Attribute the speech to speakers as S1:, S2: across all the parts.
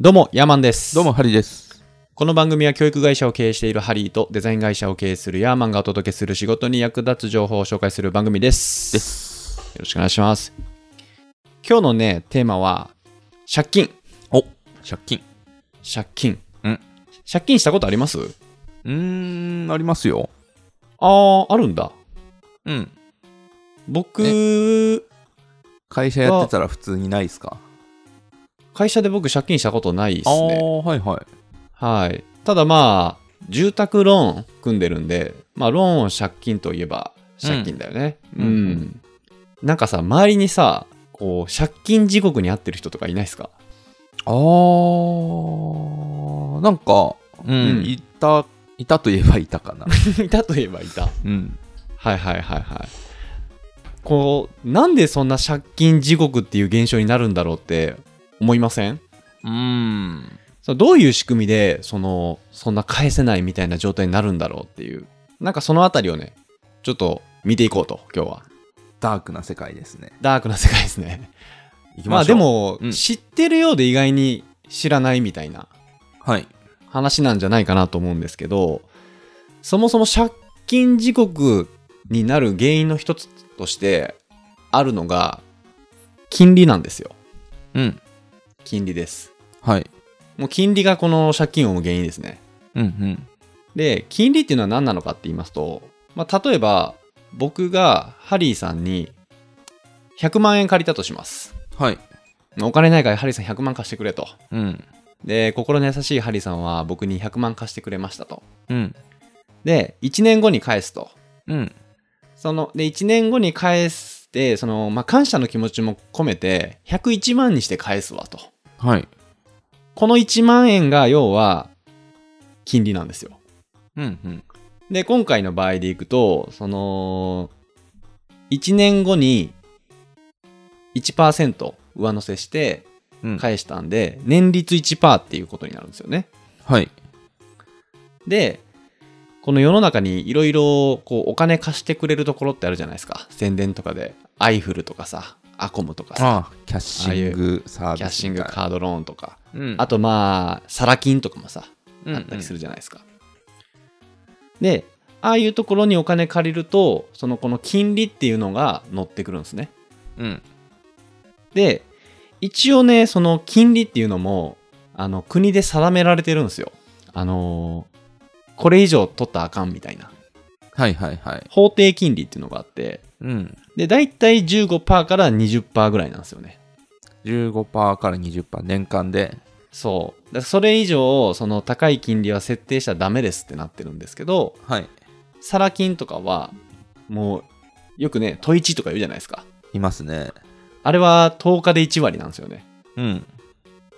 S1: どうも、ヤーマンです。
S2: どうも、。ハリです。
S1: この番組は教育会社を経営しているハリーとデザイン会社を経営するヤーマンがお届けする仕事に役立つ情報を紹介する番組です。
S2: です。
S1: よろしくお願いします。今日のね、テーマは、借金。
S2: お借金。
S1: 借金。
S2: うん
S1: 借金したことあります
S2: うーん、ありますよ。
S1: ああ、あるんだ。
S2: うん。
S1: 僕、
S2: 会社やってたら普通にないっすか
S1: 会社で僕借金したことないです
S2: あ
S1: ね。
S2: ー、はいはい。
S1: はい。ただまあ、住宅ローン組んでるんで、まあ、ローンを借金といえば借金だよね。う。
S2: うんん
S1: なんかさ、周りにさ、こう、借金地獄に遭ってる人とかいないですか
S2: あー、なんか、うん、
S1: うん
S2: いた、いたといえばいた かな。
S1: いたといえばいた。
S2: うん。
S1: はいはいはいはい。こう、なんでそんな借金地獄っていう現象になるんだろうって思いません
S2: うーん。
S1: そのどういう仕組みでそのそんな返せないみたいな状態になるんだろうっていうなんかそのあたりをねちょっと見ていこうと今日は
S2: ダークな世界ですね。
S1: ダークな世界ですね
S2: 行き
S1: まあ
S2: ましょ
S1: で
S2: う。、
S1: も、
S2: うん
S1: 知ってるようで意外に知らないみたいな
S2: はい。
S1: 話なんじゃないかなと思うんですけどそもそも借金時刻になる原因の一つとしてあるのが金利なんですよ
S2: うん。
S1: 金利です
S2: はい。
S1: もう金利がこの借金を生む原因ですね
S2: うんうん。
S1: で金利っていうのは何なのかって言いますと、まあ、例えば僕がハリーさんに100万円借りたとします
S2: はい。
S1: お金ないからハリーさん100万貸してくれと
S2: うん。
S1: で心の優しいハリーさんは僕に100万貸してくれましたと
S2: うん。
S1: で1年後に返すと
S2: うん。
S1: そので1年後に返してその、まあ、感謝の気持ちも込めて101万にして返すわと
S2: はい。
S1: この1万円が要は金利なんですよ
S2: うんうん。
S1: で、今回の場合でいくと、その、1年後に1%上乗せして
S2: うん。
S1: 返したんで、年率1%っていうことになるんですよね。
S2: はい。
S1: で、この世の中にいろいろこうお金貸してくれるところってあるじゃないですか。宣伝とかで、アイフルとかさ、アコムとかさ、
S2: あーキャッシングサービスみたいな。
S1: キャッシングカードローンとか、
S2: うん。
S1: あとまあ、サラ金とかもさ、
S2: うんうん
S1: あったりするじゃないですか。で、ああいうところにお金借りると、そのこの金利っていうのが乗ってくるんですね。
S2: うん。
S1: で、一応ね、その金利っていうのも、あの国で定められてるんですよ。あのーこれ以上取ったらあかんみたいな。
S2: はいはいはい。
S1: 法定金利っていうのがあって、
S2: うん。
S1: で、大体15%から20%ぐらいなんですよね。
S2: 15%から20%年間で。
S1: そう。だからそれ以上、その高い金利は設定しちゃダメですってなってるんですけど、
S2: はい。
S1: サラ金とかはもうよくね都一とか言うじゃないですか
S2: いますね。
S1: あれは10日で1割なんですよね
S2: うん。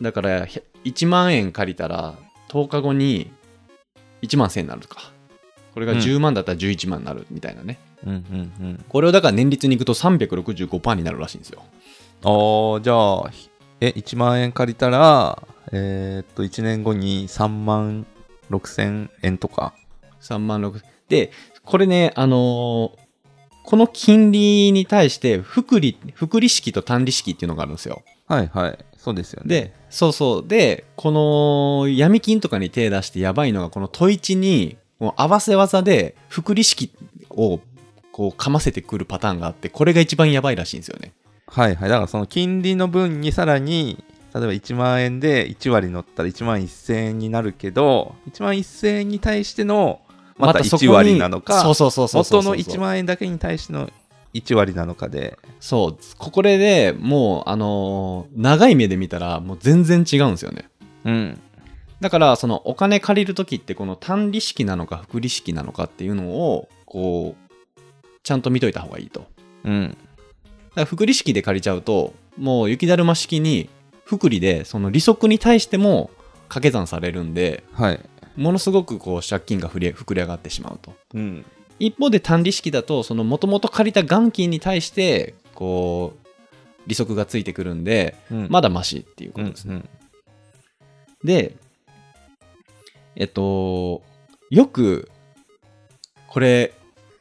S1: だからひゃ1万円借りたら10日後に1万1000円になるとかこれが
S2: うん
S1: 10万だったら11万になるみたいなね、
S2: うんうんうん。
S1: これをだから年率にいくと365%になるらしいんですよ
S2: ああ、じゃあ、ひえ、1万円借りたら、えーっと、1年後に3万6千円とか。
S1: 3万6でこれねあのーこの金利に対して複利複利式と単利式っていうのがあるんですよ
S2: はいはい。そうですよね。
S1: で、そうそう。で、この闇金とかに手出してやばいのが、この問一に、もう合わせ技で、複利式を、こう、かませてくるパターンがあって、これが一番やばいらしいんですよね。
S2: はいはい。だからその金利の分にさらに、例えば1万円で1割乗ったら1万1000円になるけど、1万1000円に対しての、また
S1: そこ
S2: 1
S1: に
S2: 割なのか、
S1: そうそうそうそうそうそう。
S2: 元の1万円だけに対しての1割なのかで。
S1: そう。ここれでもう、あのー長い目で見たら、もう全然違うんですよね。
S2: うん。
S1: だから、そのお金借りるときって、この単利式なのか、複利式なのかっていうのを、こう、ちゃんと見といた方がいいと。
S2: うん。
S1: だから福利式で借りちゃうともう雪だるま式に福利でその利息に対しても掛け算されるんで
S2: はい。
S1: ものすごくこう借金がふれ膨れ上がってしまうと
S2: うん。
S1: 一方で単利式だとそのもともと借りた元金に対してこう利息がついてくるんで
S2: うん
S1: まだマシっていうこ
S2: う
S1: と
S2: ん
S1: です
S2: う
S1: ね、
S2: ん。
S1: でえっとよくこれ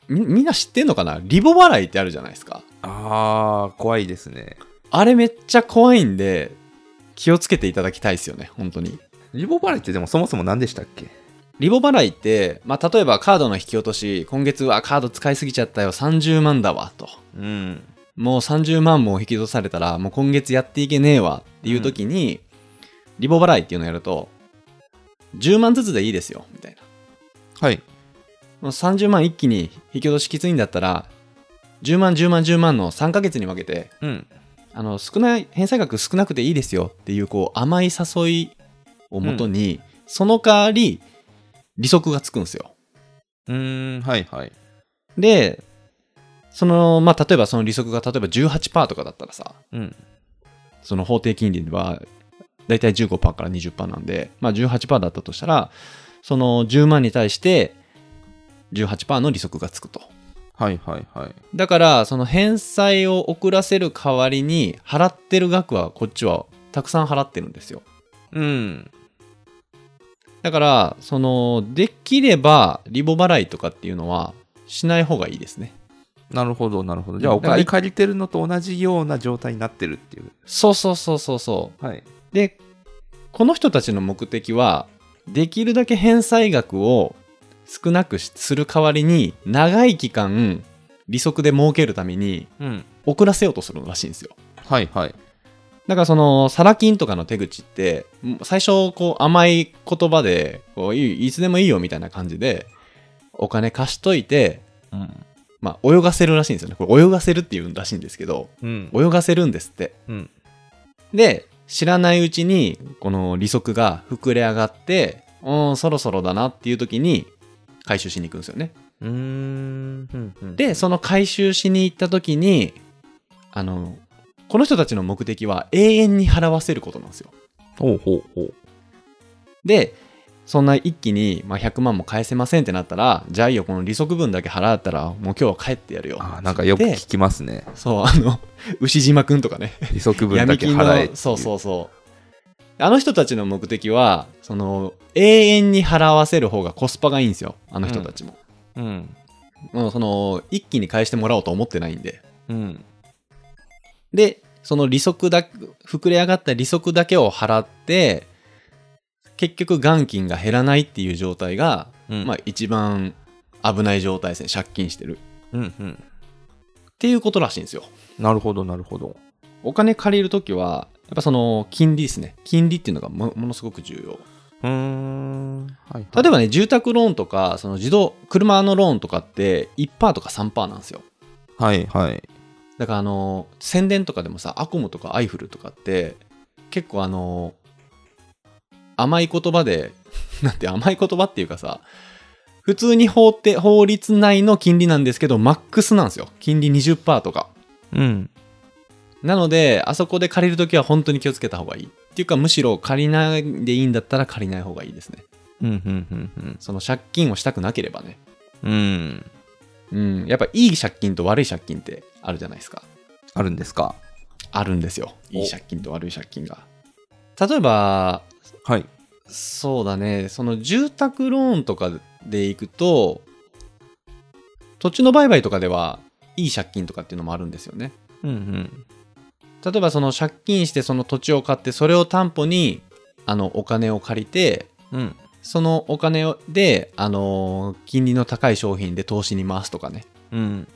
S1: みみんな知ってんのかなリボ払いってあるじゃないですか
S2: ああ、怖いですね。
S1: あれめっちゃ怖いんで、気をつけていただきたいですよね、本当に。
S2: リボ払いってでもそもそも何でしたっけ
S1: リボ払いって、まあ、例えばカードの引き落とし、今月はカード使いすぎちゃったよ、30万だわ、と。
S2: うん
S1: もう30万も引き落とされたら、もう今月やっていけねえわっていう時に、リボ払いっていうのをやると、10万ずつでいいですよ、みたいな。
S2: はい
S1: もう30万一気に引き落としきついんだったら、10万、10万、10万の3ヶ月に分けて、
S2: うん
S1: あの少ない返済額少なくていいですよっていうこう甘い誘いをもとに、その代わり利息がつくんですよ。
S2: うーんはいはい
S1: でそのまあ例えばその利息が例えば18%とかだったらさ
S2: うん
S1: その法定金利はだいたい15%から20%なんで、まあ、18%だったとしたらその10万に対して18%の利息がつくと。
S2: はいはいはい
S1: だからその返済を遅らせる代わりに払ってる額はこっちはたくさん払ってるんですよ。
S2: うん
S1: だから、その、できれば、リボ払いとかっていうのは、しない方がいいですね。
S2: なるほどなるほどじゃあ
S1: うん
S2: お
S1: だから
S2: 金借りてるのと同じような状態になってるっていう
S1: そうそうそうそうそう。
S2: はい
S1: で、この人たちの目的は、できるだけ返済額を少なくしする代わりに、長い期間、利息で儲けるために、
S2: うん
S1: 遅らせようとするらしいんですよ。
S2: はいはい
S1: だからその、サラ金とかの手口って、もう最初、こう、甘い言葉で、こういいいつでもいいよみたいな感じで、お金貸しといて、
S2: うん
S1: まあ、泳がせるらしいんですよね。これ泳がせるっていうらしいんですけど、
S2: うん
S1: 泳がせるんですって。
S2: うん
S1: で、知らないうちに、この利息が膨れ上がって、うん、そろそろだなっていう時に、回収しに行くんですよね。
S2: うーんうんうん
S1: で、その回収しに行った時に、あの、この人たちの目的は永遠に払わせることなんですよ。
S2: ほうほうほう
S1: で、そんな一気に、まあ、100万も返せませんってなったら、じゃあいいよ、この利息分だけ払ったら、もう今日は帰ってやるよ。
S2: あーなんかよく
S1: で
S2: 聞きますね
S1: そう、あの、 牛島くんとかね。
S2: 利息分だ
S1: 闇
S2: け
S1: 金
S2: 払えってい
S1: のそうそうそうあの人たちの目的はその永遠に払わせる方がコスパがいいんですよあの人たちも、
S2: ううん
S1: もうその一気に返してもらおうと思ってないんで
S2: うん
S1: でその利息だ膨れ上がった利息だけを払って結局元金が減らないっていう状態が、
S2: うん
S1: まあ一番危ない状態ですね借金してる
S2: うんうん
S1: っていうことらしいんですよ
S2: なるほどなるほど
S1: お金借りるときはやっぱその金利ですね金利っていうのがもものすごく重要
S2: うーんはいはい
S1: 例えばね、住宅ローンとか、その自動、車のローンとかって1%とか3%なんですよ。
S2: はいはい
S1: だからあの、宣伝とかでもさ、アコムとかアイフルとかって、結構あの、甘い言葉で、 なんて甘い言葉っていうかさ、普通に法って法律内の金利なんですけど、マックスなんですよ。金利20%とか。
S2: うん
S1: なので、あそこで借りるときは本当に気をつけた方がいい。っていうか、むしろ借りないでいいんだったら借りない方がいいですね。
S2: うんうんうん
S1: その借金をしたくなければね。
S2: うんうん
S1: うん、やっぱいい借金と悪い借金ってあるじゃないですか。
S2: あるんですか
S1: あるんですよ。
S2: お
S1: いい借金と悪い借金が。例えば、
S2: はい
S1: そうだね、その住宅ローンとかで行くと、土地の売買とかでは、いい借金とかっていうのもあるんですよね。
S2: うんうん
S1: 例えばその借金してその土地を買って、それを担保に、あの、お金を借りて、
S2: うん
S1: そのお金をで、あの、金利の高い商品で投資に回すとかね。
S2: うん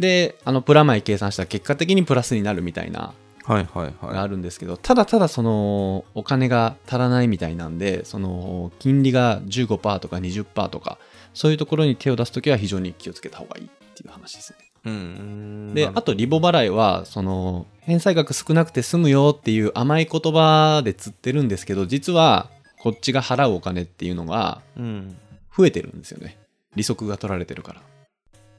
S1: で、あの、プラマイ計算したら結果的にプラスになるみたいな
S2: はいはい
S1: が
S2: は
S1: あるんですけど、ただただそのお金が足らないみたいなんでその金利が15%とか20%とかそういうところに手を出すときは非常に気をつけた方がいいっていう話ですね。
S2: いうん
S1: で
S2: なるほど
S1: あとリボ払いはその返済額少なくて済むよっていう甘い言葉で釣ってるんですけど実はこっちが払うお金っていうのが
S2: うん
S1: 増えてるんですよね利息が取られてるから。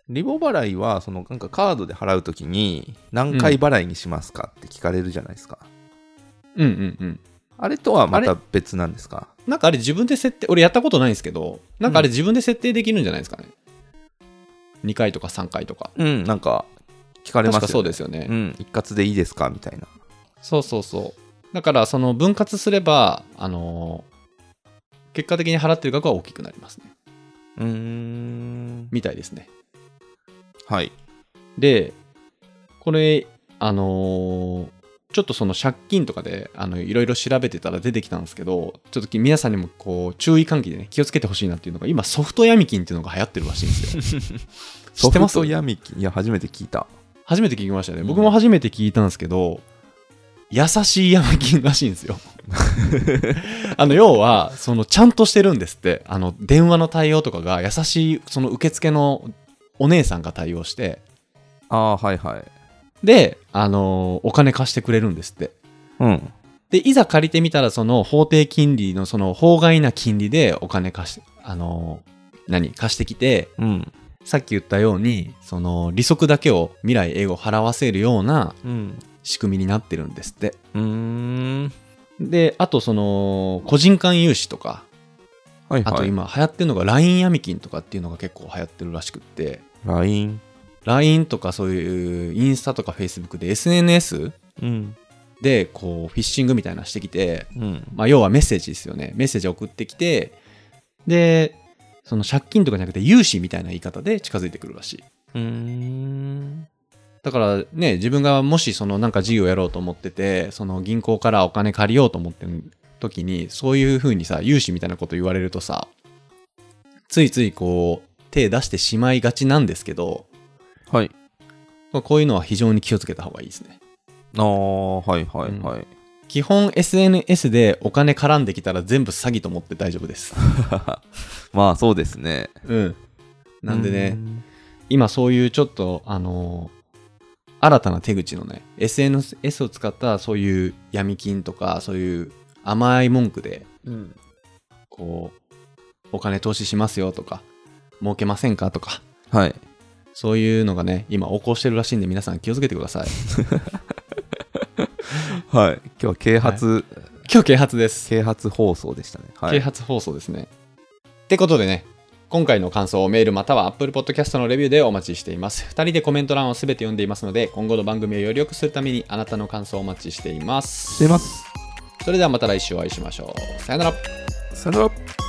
S2: リボ払いはそのなんかカードで払うときに何回払いにしますかって聞かれるじゃないですか
S1: うんうんうん。
S2: あれとはまた
S1: あ
S2: 別なんですか
S1: なんかあれ自分で設定、俺やったことないんですけど、なんかあれ自分で設定できるんじゃないですかね。2回とか3回とか。
S2: うんなんか聞かれます
S1: 確か
S2: よね
S1: そうですよね。
S2: うん一括でいいですかみたいな
S1: そうそうそう。だから、その分割すれば、あのー結果的に払ってる額は大きくなりますね。
S2: うーん
S1: みたいですね。
S2: はい
S1: で、これ、あのーちょっとその借金とかであのいろいろ調べてたら出てきたんですけど、ちょっと皆さんにもこう注意喚起でね、気をつけてほしいなっていうのが、今ソフトヤミ金っていうのが流行ってるらしいんですよ。 知ってます
S2: ソフト闇金いや、初めて聞いた。
S1: 初めて聞きましたね。
S2: うん
S1: 僕も初めて聞いたんですけど、優しいヤマキンらしいんですよ。 あの要はそのちゃんとしてるんですってあの電話の対応とかが優しいその受付のお姉さんが対応して
S2: ああ、はいはい。
S1: で、あのお金貸してくれるんですって
S2: うん。
S1: でいざ借りてみたらその法定金利のその法外な金利でお金貸してあの何貸してきて
S2: うん。
S1: さっき言ったようにその利息だけを未来英語払わせるような
S2: うん。
S1: 仕組みになってるんですって
S2: うーん。
S1: であとその個人間融資とか
S2: はい
S1: あと
S2: はい。
S1: 今流行ってるのが LINE 闇金とかっていうのが結構流行ってるらしくって
S2: LINE。
S1: LINE とかそういうインスタとか Facebook で SNS
S2: うん。
S1: でこうフィッシングみたいなのしてきて、
S2: うん。
S1: まあ、要はメッセージですよねメッセージ送ってきてでその借金とかじゃなくて融資みたいな言い方で近づいてくるらしいう
S2: ーん。
S1: だからね自分がもしそのなんか事業やろうと思っててその銀行からお金借りようと思ってる時にそういうふうにさ融資みたいなこと言われるとさついついこう手出してしまいがちなんですけど、
S2: はい。
S1: まあ、こういうのは非常に気をつけた方がいいですね
S2: ああ、はいはいはい。
S1: 基本 SNS でお金絡んできたら全部詐欺と思って大丈夫です
S2: まあそうですね。
S1: うんなんでね
S2: うん。
S1: 今そういうちょっとあのー新たな手口のね SNS を使ったそういう闇金とかそういう甘い文句で
S2: うん。
S1: こうお金投資しますよとか儲けませんかとか
S2: はい。
S1: そういうのがね今横行してるらしいんで皆さん気をつけてください
S2: はい。今日は啓発、
S1: 今日啓発です、
S2: 啓発放送でしたね。は
S1: 啓
S2: い。
S1: 発放送ですねってことでね今回の感想をメールまたは Apple Podcast のレビューでお待ちしています。2人でコメント欄を全て読んでいますので、今後の番組をより良くするためにあなたの感想をお待ちしています。
S2: してます。
S1: それではまた来週お会いしましょう。さよなら。
S2: さよなら。